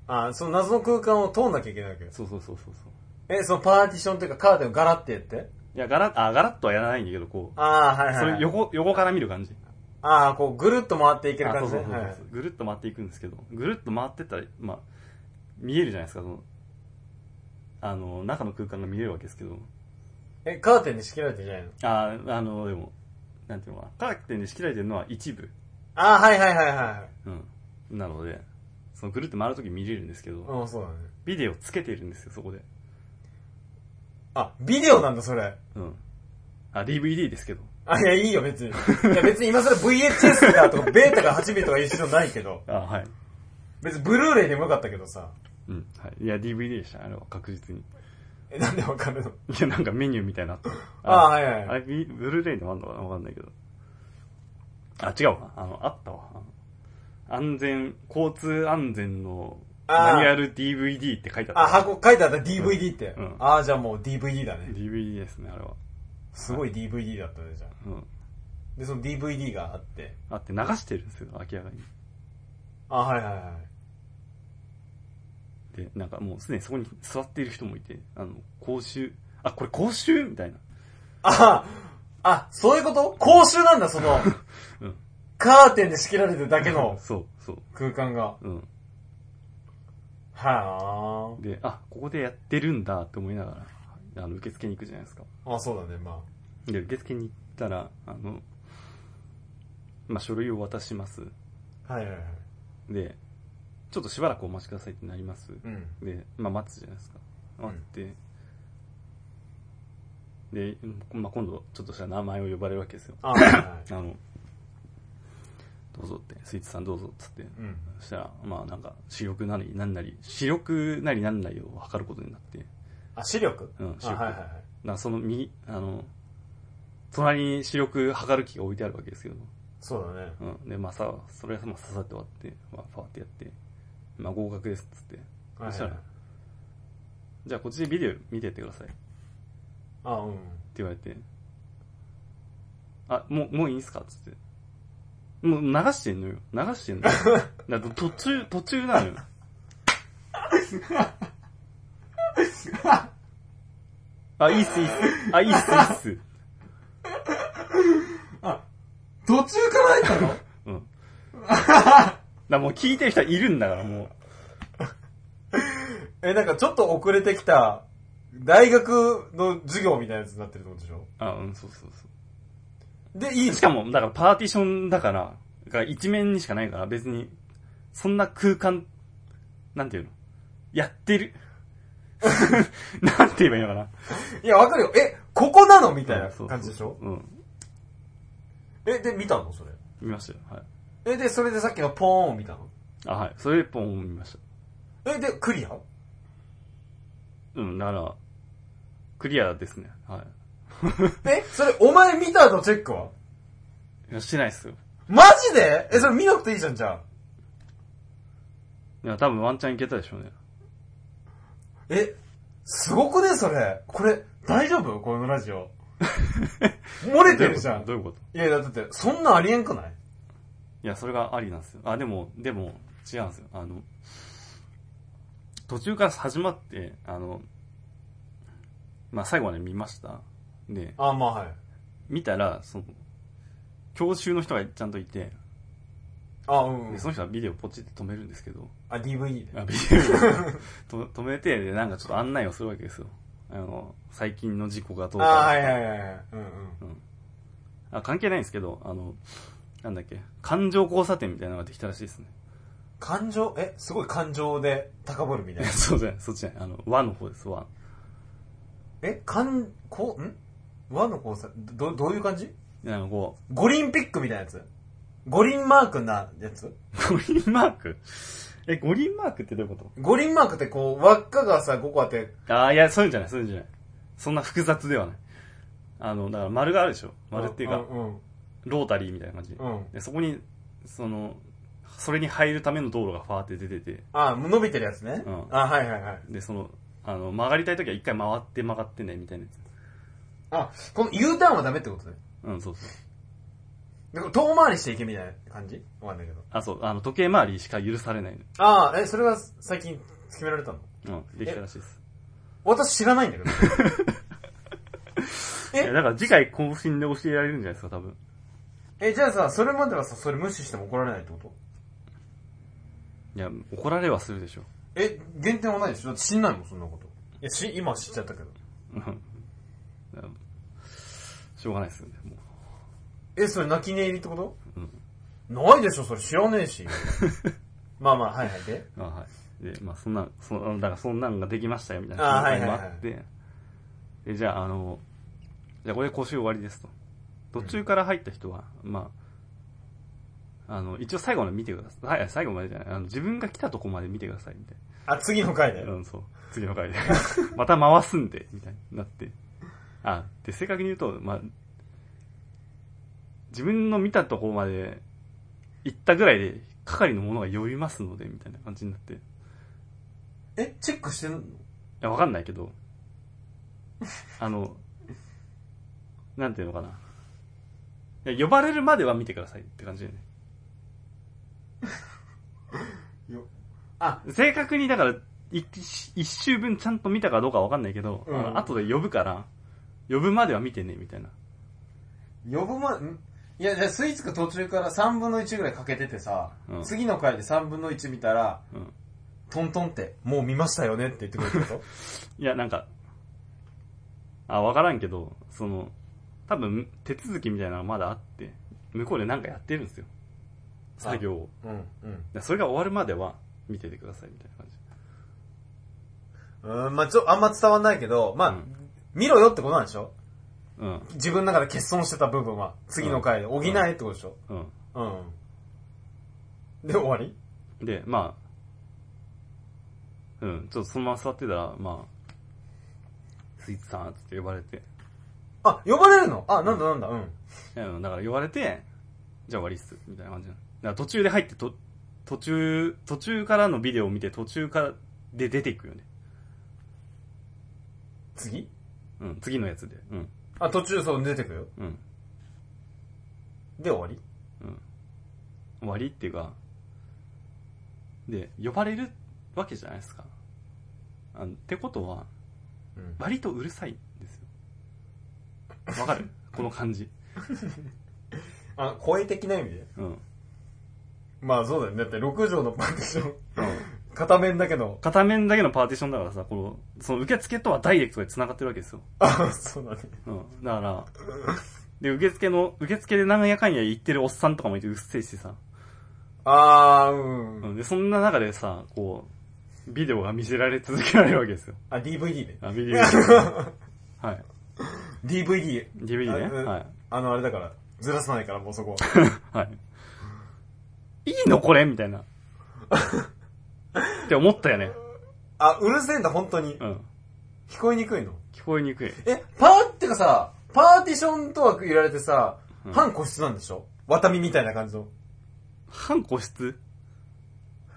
Speaker 1: あ、その謎の空間を通んなきゃいけないわけです。
Speaker 2: そうそうそうそうそう。
Speaker 1: え、そのパーティションというかカーテンをガラってやって
Speaker 2: いや、ガラッ、あ、ガラッとはやらないんだけど、こう、
Speaker 1: ああ、はいはい
Speaker 2: そ
Speaker 1: はい。
Speaker 2: れ横、横から見る感じ。
Speaker 1: ああ、こうぐるっと回っていける
Speaker 2: あ
Speaker 1: 感
Speaker 2: そう
Speaker 1: じ
Speaker 2: そう
Speaker 1: ね。
Speaker 2: そうそう、
Speaker 1: はい
Speaker 2: ぐるっと回っていくんですけど、ぐるっと回ってったら、まあ、見えるじゃないですか、その、あの、中の空間が見えるわけですけど、
Speaker 1: え、カーテンで仕切られてるんじゃないの
Speaker 2: あー、あの、でも、なんていうのかな、カーテンで仕切られてるのは一部。
Speaker 1: ああ、はいはいはいはい。
Speaker 2: うん。なので、そのぐるっと回るとき見れるんですけど、
Speaker 1: うん、そうだね。
Speaker 2: ビデオつけてるんですよ、そこで。
Speaker 1: あ、ビデオなんだ、それ。
Speaker 2: うん。あ、DVD ですけど。
Speaker 1: あ、いや、いいよ、別に。いや、別に今更 VHS だとか、ベータが8ビートが一緒ないけど。
Speaker 2: あ、はい。
Speaker 1: 別にブルーレイでもよかったけどさ。
Speaker 2: うん。はい。いや、DVD でした、あれは確実に。
Speaker 1: え、なんでわかるの
Speaker 2: いや、なんかメニューみたいになってる。
Speaker 1: あーはいはい
Speaker 2: あれ、ビブルーレイのあんのかなわかんないけど。あ、違うわ。あの、あったわ。あの安全、交通安全の
Speaker 1: あー
Speaker 2: マニュアル DVD って書いてあ
Speaker 1: あ、
Speaker 2: った。
Speaker 1: 箱書いてあった DVD って。
Speaker 2: うんうん
Speaker 1: ああ、じゃあもう DVD だね。
Speaker 2: DVD ですね、あれは。
Speaker 1: すごい DVD だったね、じゃあ。
Speaker 2: うん。
Speaker 1: で、その DVD があって。
Speaker 2: あって流してるんですよ、明らかに。
Speaker 1: あ、はいはいはい。
Speaker 2: で、なんかもうすでにそこに座っている人もいて、あの、講習、あ、これ講習みたいな。
Speaker 1: あ、あ、そういうこと公衆なんだ、その、
Speaker 2: うん
Speaker 1: カーテンで仕切られてるだけの
Speaker 2: そう、そう。
Speaker 1: 空間が。
Speaker 2: うん。
Speaker 1: は
Speaker 2: で、あ、ここでやってるんだって思いながら、あの、受付に行くじゃないですか。
Speaker 1: あ。あ、そうだね、ま
Speaker 2: で、受付に行ったら、あの、まあ、書類を渡します。
Speaker 1: あ。はいはいはい。
Speaker 2: で、ちょっとしばらくお待ちくださいってなります。
Speaker 1: うん。
Speaker 2: で、まあ、待つじゃないですか。
Speaker 1: ん
Speaker 2: 待って、で、まあ、今度、ちょっとした名前を呼ばれるわけですよ。
Speaker 1: あ、はいはいはい。
Speaker 2: あの、どうぞって、スイーツさんどうぞっつって。
Speaker 1: うん。
Speaker 2: そしたら、まあなんか、視力なり、なんなり、視力なりなんなりを測ることになって、
Speaker 1: あ、視力
Speaker 2: うん視
Speaker 1: あ、
Speaker 2: 力
Speaker 1: はいはいはい。
Speaker 2: なその右、あの、隣に視力測る機が置いてあるわけですけど、
Speaker 1: そうだね。
Speaker 2: うん。で、まあさ、それはまあ刺さって終わって、まあ、ファーってやって、まあ合格ですっつっ
Speaker 1: は
Speaker 2: て、
Speaker 1: い
Speaker 2: そ
Speaker 1: は
Speaker 2: した
Speaker 1: いはい
Speaker 2: ら、じゃあこっちでビデオ見てってくださいって
Speaker 1: あ、うん。
Speaker 2: 言われて、あ、もう、もういいんすかっつって。もう流してんのよ。流してんのよ。だから途中、途中なのよ。あ、いいっす、いいっす。あ、いいっす、いいっす。
Speaker 1: 途中から入ったの
Speaker 2: うん。だからもう聞いてる人はいるんだから、もう。
Speaker 1: え、なんかちょっと遅れてきた、大学の授業みたいなやつになってるってことでしょ
Speaker 2: あ、うん、そうそうそ。
Speaker 1: で、いいうの
Speaker 2: しかも、だからパーティションだから、が一面にしかないから、別に、そんな空間、なんていうのやっ てる。なんて言えばいいのかな。
Speaker 1: いや、わかるよ。え、ここなのみたいな感じでしょ
Speaker 2: うん。
Speaker 1: え、で、見たのそれ。
Speaker 2: 見ましたよ。はい。
Speaker 1: え、で、それでさっきのポーンを見たの
Speaker 2: あ、はい。それ一本見ました。
Speaker 1: え、で、クリア
Speaker 2: うん、なら、クリアですね。は。
Speaker 1: え、それ、お前見た後チェックはい
Speaker 2: いや、してないっすよ。
Speaker 1: マジでえ、それ見なくていいじゃん、じゃあ。
Speaker 2: いや、多分ワンチャンいけたでしょうね。
Speaker 1: え、すごくね、それ。これ、大丈夫このラジ オ。漏れてるじゃん。
Speaker 2: どういうことどういうこと
Speaker 1: いやいや、だって、そんなんありえんくない
Speaker 2: いや、それがありなんですよ。あ、でも、でも、違うんですよ。あの、途中から始まって、あの、まあ最後まで見ました。で、
Speaker 1: あ、まあはい。
Speaker 2: 見たら、その、教習の人がちゃんといて、
Speaker 1: あ、うん、う
Speaker 2: で
Speaker 1: ん
Speaker 2: そ。の人はビデオポチって止めるんですけど、
Speaker 1: あ、DVD で。
Speaker 2: あビデオ と止めて、で、なんかちょっと案内をするわけですよ。あの、最近の事故がどう
Speaker 1: あ、
Speaker 2: だとか
Speaker 1: はいはいはいはい。うんうん。
Speaker 2: あ関係ないんですけど、あの、なんだっけ、環状交差点みたいなのができたらしいですね。
Speaker 1: 感情、え、すごい感情で高ぶるみたいな。
Speaker 2: そうじゃない、そっちじゃない。あの、和の方です、和。
Speaker 1: え、感、こう、ん和の交差、ど、どういう感じ
Speaker 2: なんかこ
Speaker 1: 五輪ピックみたいなやつ五輪マークなやつ
Speaker 2: う、五輪マークえ、五輪マークってどういうこ
Speaker 1: 五輪マークってこう、輪っかがさ、5個あって、
Speaker 2: とああ、いや、そういうんじゃない、そういうんじゃない。そんな複雑ではない。あの、だから丸があるでしょ。丸っていうか、
Speaker 1: うん、
Speaker 2: ロータリーみたいな感じで
Speaker 1: う。ん。うん
Speaker 2: で、そこに、その、それに入るための道路がファーって出てて、
Speaker 1: あ、伸びてるやつね。
Speaker 2: うん
Speaker 1: あ、はいはいはい。
Speaker 2: で、その、あの、曲がりたいときは一回回って曲がってね、みたいなやつ。
Speaker 1: あ、この U ターンはダメってことね。
Speaker 2: うん、そうそう。
Speaker 1: でこれ遠回りしていけみたいな感じわかんないけど。
Speaker 2: あ、そう、あの、時計回りしか許されないの。
Speaker 1: ああ、え、それが最近決められたの
Speaker 2: うん、できたらしいです。
Speaker 1: 私知らないんだけど。え
Speaker 2: いやだから次回更新で教えられるんじゃないですか、多分。
Speaker 1: え、じゃあさ、それまではさ、それ無視しても怒られないってこと
Speaker 2: いや、怒られはするでしょ。
Speaker 1: え、減点はないでしょだって知んないもん、そんなこと。いや、し、今は知っちゃったけど。
Speaker 2: うんだからしょうがないですよね、も
Speaker 1: え、それ泣き寝入りってこと
Speaker 2: う。
Speaker 1: ないでしょ、それ知らねえ し。まあまあ、はいはい、で。
Speaker 2: うん。あはい。で、まあそんな、そんだからそんなんができましたよ、みたいな
Speaker 1: あはいはいはい
Speaker 2: もあって、で、じゃあ、あの、じゃあこれで講習終わりですと。途中から入った人は、まあ、あの、一応最後まで見てください。はい、最後までじゃない。あの、自分が来たとこまで見てください、みたい
Speaker 1: あ、次の回で。
Speaker 2: な。うん、そう。次の 回で。また回すんで、みたいになって。あ、で、正確に言うと、まあ、自分の見たとこまで行ったぐらいで、係の者が呼びますので、みたいな感じになって。い
Speaker 1: え、チェックしてんの
Speaker 2: や、わかんないけど、あの、なんていうのかな。いや、呼ばれるまでは見てくださいって感じだよね。
Speaker 1: よあ、
Speaker 2: 正確にだから、一一周分ちゃんと見たかどうかはわかんないけど、
Speaker 1: うん
Speaker 2: あの後で呼ぶから、呼ぶまでは見てね、みたいな。
Speaker 1: 呼ぶま、んいや、じゃあスイーツが途中から3分の1ぐらいかけててさ、
Speaker 2: うん
Speaker 1: 次の回で3分の1見たら、
Speaker 2: うん。
Speaker 1: トントンって、もう見ましたよねって言ってくれるってこ
Speaker 2: いや、なんか、あ、わからんけど、その、多分、手続きみたいなのがまだあって、向こうでなんかやってるんですよ。作業を。
Speaker 1: とうん、うん。
Speaker 2: でそれが終わるまでは、見ててください、みたいな感じ。
Speaker 1: うーん、まあちょ、あんま伝わんないけど、まあ、
Speaker 2: うん
Speaker 1: 見ろよってことなんでしょ
Speaker 2: うん。
Speaker 1: 自分の中で欠損してた部分は、次の回で補えってことでしょ
Speaker 2: うん。
Speaker 1: うん。で、終わり
Speaker 2: で、まあ、うん、ちょっとそのまま座ってたら、まあ、スイーツさん、つって呼ばれて、
Speaker 1: あ、呼ばれるのあ、なんだなんだ、うん。
Speaker 2: いやだから呼ばれて、じゃあ終わりっす、みたいな感じなのだから途中で入って、と、途中、途中からのビデオを見て、途中から、で出ていくよね。
Speaker 1: 次
Speaker 2: うん、次のやつで。うん、
Speaker 1: あ、途中そう出てくよ。
Speaker 2: うん。
Speaker 1: で、終わり
Speaker 2: 終わりっていうか、で、呼ばれるわけじゃないですか。あのってことは、
Speaker 1: うん。
Speaker 2: 割とうるさいんですよ。わかるこの感じ。
Speaker 1: あ、声的な意味で
Speaker 2: うん。うん。
Speaker 1: まあそうだよね。だって6畳のパーティション、片面だけど。
Speaker 2: 片面だけのパーティションだからさ、この、その受付とはダイレクトで繋がってるわけですよ。
Speaker 1: あ、そうだね。
Speaker 2: うん。だから、で、受付の、受付でなんやかんや言ってるおっさんとかもいてうっせえしさ。
Speaker 1: あー、うん。
Speaker 2: うん。で、そんな中でさ、こう、ビデオが見せられ続けられるわけですよ。
Speaker 1: あ、DVD で。
Speaker 2: あ、ビ デオ。はい。
Speaker 1: DVD。
Speaker 2: DVD ね。
Speaker 1: あうん
Speaker 2: はい。
Speaker 1: あの、あれだから、ずらさないから、もうそこは。
Speaker 2: はい。いいのこれみ たいな。って思ったよね。
Speaker 1: あ、うるせえんだ、本当に
Speaker 2: う。ん。
Speaker 1: 聞こえにくいの。
Speaker 2: 聞こえにくい。
Speaker 1: え、パーってかさ、パーティションとは言われてさ、
Speaker 2: うん
Speaker 1: 半個室なんでしょ渡みみたいな感じの。
Speaker 2: 半個室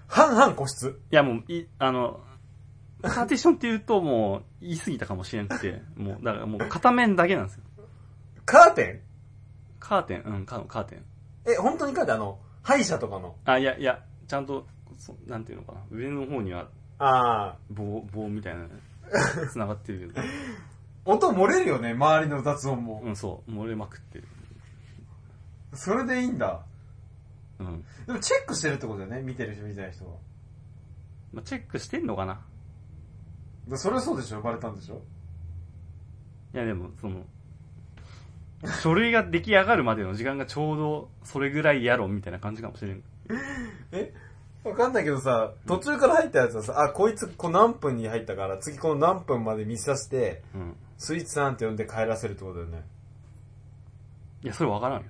Speaker 1: 半々個室。
Speaker 2: いやもう、い、あの、パーティションって言うともう、言い過ぎたかもしれなくて、もう、だからもう片面だけなんですよ。
Speaker 1: カーテ
Speaker 2: カーテン、うん、カカーテン。
Speaker 1: ンえ、本当にカーテンあの、歯医者とかの。
Speaker 2: あ、いや、いや、ちゃんと、そなんていうのかな。上の方には
Speaker 1: あ
Speaker 2: 棒、棒みたいな、繋がってるけど。
Speaker 1: ー、音漏れるよね、周りの雑音も。
Speaker 2: うん、そう。漏れまくってる。
Speaker 1: それでいいんだ。
Speaker 2: うん。
Speaker 1: でもチェックしてるってことだよね、見てる人、見てない人は。
Speaker 2: まあ、チェックしてんのかな
Speaker 1: でそれはそうでしょバレたんでしょ
Speaker 2: いや、でも、その、書類が出来上がるまでの時間がちょうどそれぐらいやろ、みたいな感じかもしれん。
Speaker 1: えわかんないけどさ、途中から入ったやつはさ、あ、こいつこう何分に入ったから、次この何分まで見させて、
Speaker 2: うん。
Speaker 1: スイッチさんって呼んで帰らせるってことだよね。
Speaker 2: いや、それわからんよ。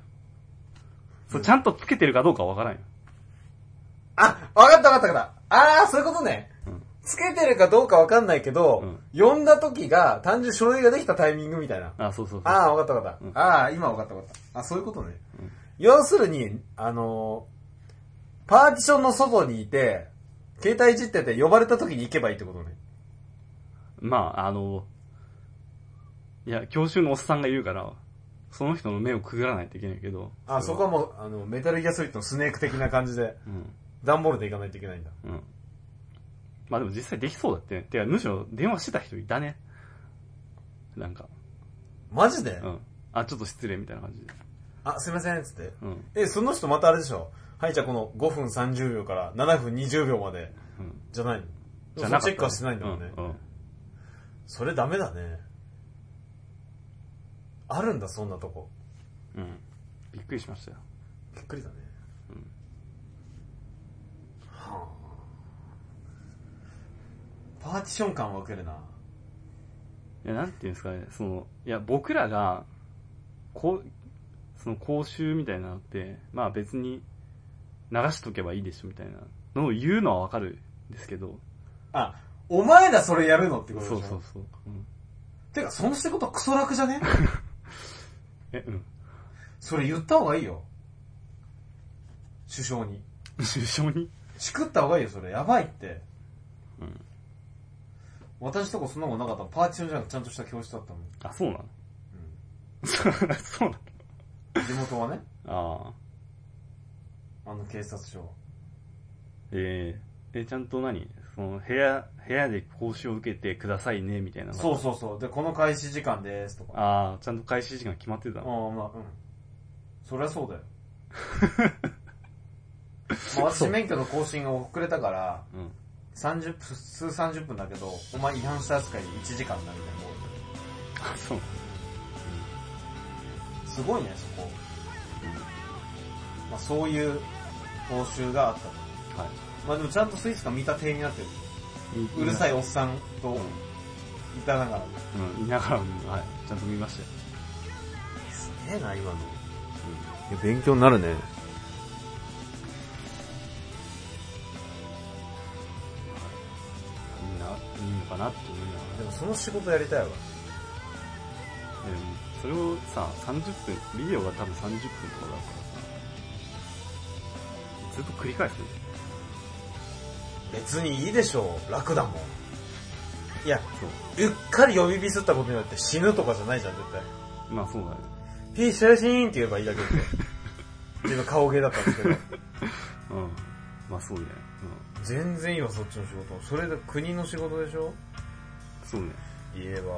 Speaker 2: そう、ちゃんとつけてるかどうかわからんよ。
Speaker 1: あ、わかったわかったわかった。あー、そういうことね。
Speaker 2: うん。
Speaker 1: つけてるかどうかわかんないけど、呼んだ時が単純に書類ができたタイミングみたいな。
Speaker 2: あ、そうそうそう。
Speaker 1: あー、わかったわかった。
Speaker 2: うん
Speaker 1: あー、今わかったわかった。あ、そういうことね。
Speaker 2: うん
Speaker 1: 要するに、あのーパーティションの外にいて、携帯いじってて呼ばれた時に行けばいいってことね。
Speaker 2: まあ、あの、いや、教習のおっさんがいるから、その人の目をくぐらないといけないけど。
Speaker 1: あ、そこはもう、あの、メタルギアソリッドのスネーク的な感じで、
Speaker 2: うん。
Speaker 1: 段ボールで行かないといけないんだ。
Speaker 2: うん。まあでも実際できそうだってね。てか、むしろ電話してた人いたね。なんか、
Speaker 1: マジで、
Speaker 2: うん。あ、ちょっと失礼みたいな感じで。
Speaker 1: あ、すいません、つって。
Speaker 2: うん。
Speaker 1: え、その人またあれでしょはい、じゃあこの5分30秒から7分20秒まで、
Speaker 2: うん。
Speaker 1: じゃないの
Speaker 2: じゃ
Speaker 1: その
Speaker 2: なかったね
Speaker 1: チェックはしてないんだもんね。
Speaker 2: うん。うん
Speaker 1: それダメだね。あるんだ、そんなとこ。
Speaker 2: うん。びっくりしましたよ。
Speaker 1: びっくりだね。
Speaker 2: うん
Speaker 1: はあ。パーティション感は受けるな。
Speaker 2: いや、なんていうんですかね、その、いや、僕らが、こう、その講習みたいなのって、まあ別に流しとけばいいでしょみたいなのを言うのはわかるんですけど、
Speaker 1: あ、お前らそれやるのって
Speaker 2: そ
Speaker 1: こ
Speaker 2: う
Speaker 1: とでしょ
Speaker 2: そうそう。うん、
Speaker 1: てか、その仕事クソ楽じゃね
Speaker 2: え、うん。
Speaker 1: それ言った方がいいよ。首相に。
Speaker 2: 首相に
Speaker 1: しくった方がいいよ、それ。やばいって。
Speaker 2: うん。
Speaker 1: 私とこそんなもんなかったのパーティションじゃなくてちゃんとした教室だったもん。
Speaker 2: あ、そうなの
Speaker 1: う
Speaker 2: そうなの
Speaker 1: ん。地元はね、
Speaker 2: ああ。
Speaker 1: あの警察署は。
Speaker 2: えー、え、ちゃんと何その、部屋、部屋で講習を受けてくださいね、みたいな。。
Speaker 1: そううそうそう。で、この開始時間ですとか。
Speaker 2: ああ、ちゃんと開始時間決まってた
Speaker 1: あ
Speaker 2: の。
Speaker 1: あ、まあ、うん。そりゃ そうだよ。まあ、私免許の更新が遅れたから、
Speaker 2: うん。
Speaker 1: 30分、数30分だけど、お前違反した扱いで1時間になるみたいなもん
Speaker 2: あ、そう。
Speaker 1: すごいね、そこ。まあ、そういう報酬があったと。
Speaker 2: は
Speaker 1: まあでもちゃんとスイスが見た体になってる。
Speaker 2: い。
Speaker 1: うるさ
Speaker 2: い。
Speaker 1: いおっさんと、いたながら。
Speaker 2: うん、いながらも、はい。ちゃんと見ましたよ。
Speaker 1: すげえな、今の。
Speaker 2: うん
Speaker 1: いや、勉強になるね。
Speaker 2: いいな、いいのかなって思いな
Speaker 1: でもその仕事やりたいわ。
Speaker 2: がら。でも、それをさ、30分、ビデオが多分30分とかだからさ、ずっと繰り返すよ
Speaker 1: 別にいいでしょう。楽だもん。いや、
Speaker 2: そう
Speaker 1: っかり呼びビスったことによって死ぬとかじゃないじゃん、絶対。
Speaker 2: まあそうだね。
Speaker 1: ピースシーンって言えばいいだけで。自分顔芸だったんです けど。
Speaker 2: うん。まあそうだよ。う
Speaker 1: 全然いいわ、そっちの仕事。それで国の仕事でしょ
Speaker 2: ん。そうね。
Speaker 1: 言えば。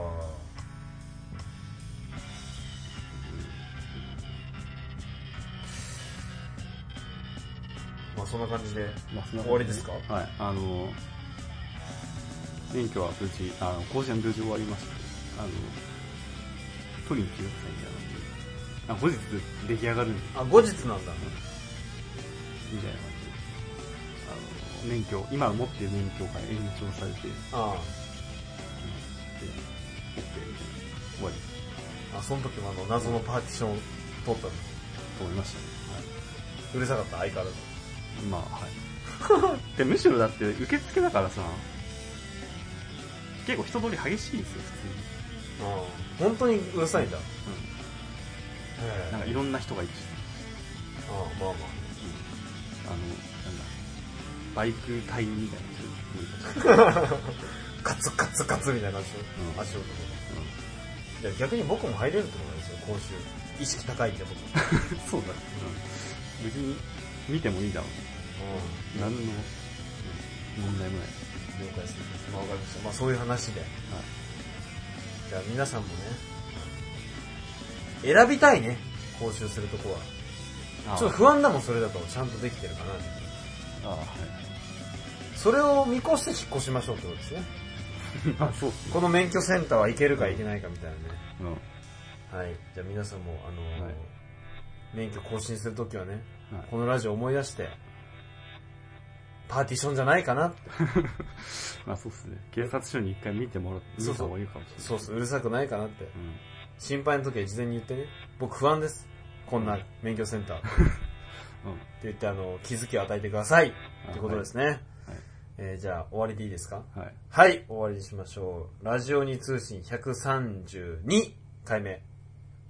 Speaker 1: まあそんな感じで。
Speaker 2: まあそんな感じ
Speaker 1: 終わりですか
Speaker 2: はい。あの、免許は無事、あの、甲子園無事終わりました。あの、取りに来てくださいみたいな感じで。あ、後日出来上がるんで
Speaker 1: あ、後日なんだ。
Speaker 2: みたいな感じで。あの、免許、今持ってる免許が延長されて、
Speaker 1: あ
Speaker 2: で、終わり
Speaker 1: あ。あ、その時もあの、謎のパーティションを通ったの。
Speaker 2: と思いましたね。
Speaker 1: うるさかった、相変わらず。
Speaker 2: はい。まあ、はい。で、むしろだって、受付だからさ、結構人通り激しいですよ、
Speaker 1: うん。本当にうるさいんだ。
Speaker 2: 普通に。
Speaker 1: へ
Speaker 2: うん。
Speaker 1: え
Speaker 2: なんかいろんな人がいて、
Speaker 1: ああまあま
Speaker 2: あの、なんだ、バイク隊員みたいな人がいて
Speaker 1: あ。カツカツカツみたいな感じでし
Speaker 2: うん
Speaker 1: ょ足音とか。じゃあ逆に僕も入れるってことなんですよ、講習。意識高いんで僕。う
Speaker 2: うん。そうだ。うん。別に、見てもいいだろ
Speaker 1: ん。
Speaker 2: う。何の、うん問題もない。
Speaker 1: 了解です。まあわかりました。まあそういう話で。
Speaker 2: はい。
Speaker 1: じゃあ皆さんもね、選びたいね、講習するとこは。ちょっと不安だもん、それだと。ちゃんとできてるかな、自分
Speaker 2: ああ、はい。
Speaker 1: それを見越して引っ越しましょうってことですね。
Speaker 2: あ、そうっすね。
Speaker 1: この免許センターは行けるか行けないかみたいなね。
Speaker 2: うん。は
Speaker 1: はい。じゃあ皆さんも、あのー
Speaker 2: はい
Speaker 1: 免許更新するときはね、
Speaker 2: い
Speaker 1: このラジオ思い出して、パーティションじゃないかなって。
Speaker 2: まあそうっすね。警察署に一回見てもらって、
Speaker 1: そ
Speaker 2: 見
Speaker 1: う
Speaker 2: た
Speaker 1: そう
Speaker 2: 方がいいかもしれない。
Speaker 1: そうそう、うるさくないかなって。
Speaker 2: うん。
Speaker 1: 心配の時は事前に言ってね、僕不安です。こんな免許セン ター。って
Speaker 2: うん。
Speaker 1: 言って、あの、気づきを与えてください。ってことですね。
Speaker 2: はい
Speaker 1: えーじゃあ終わりでいいですか
Speaker 2: はい。
Speaker 1: はい、終わりにしましょう。ラジオに通信132回目。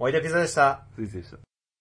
Speaker 1: おいでピザでした。
Speaker 2: 続いてでした。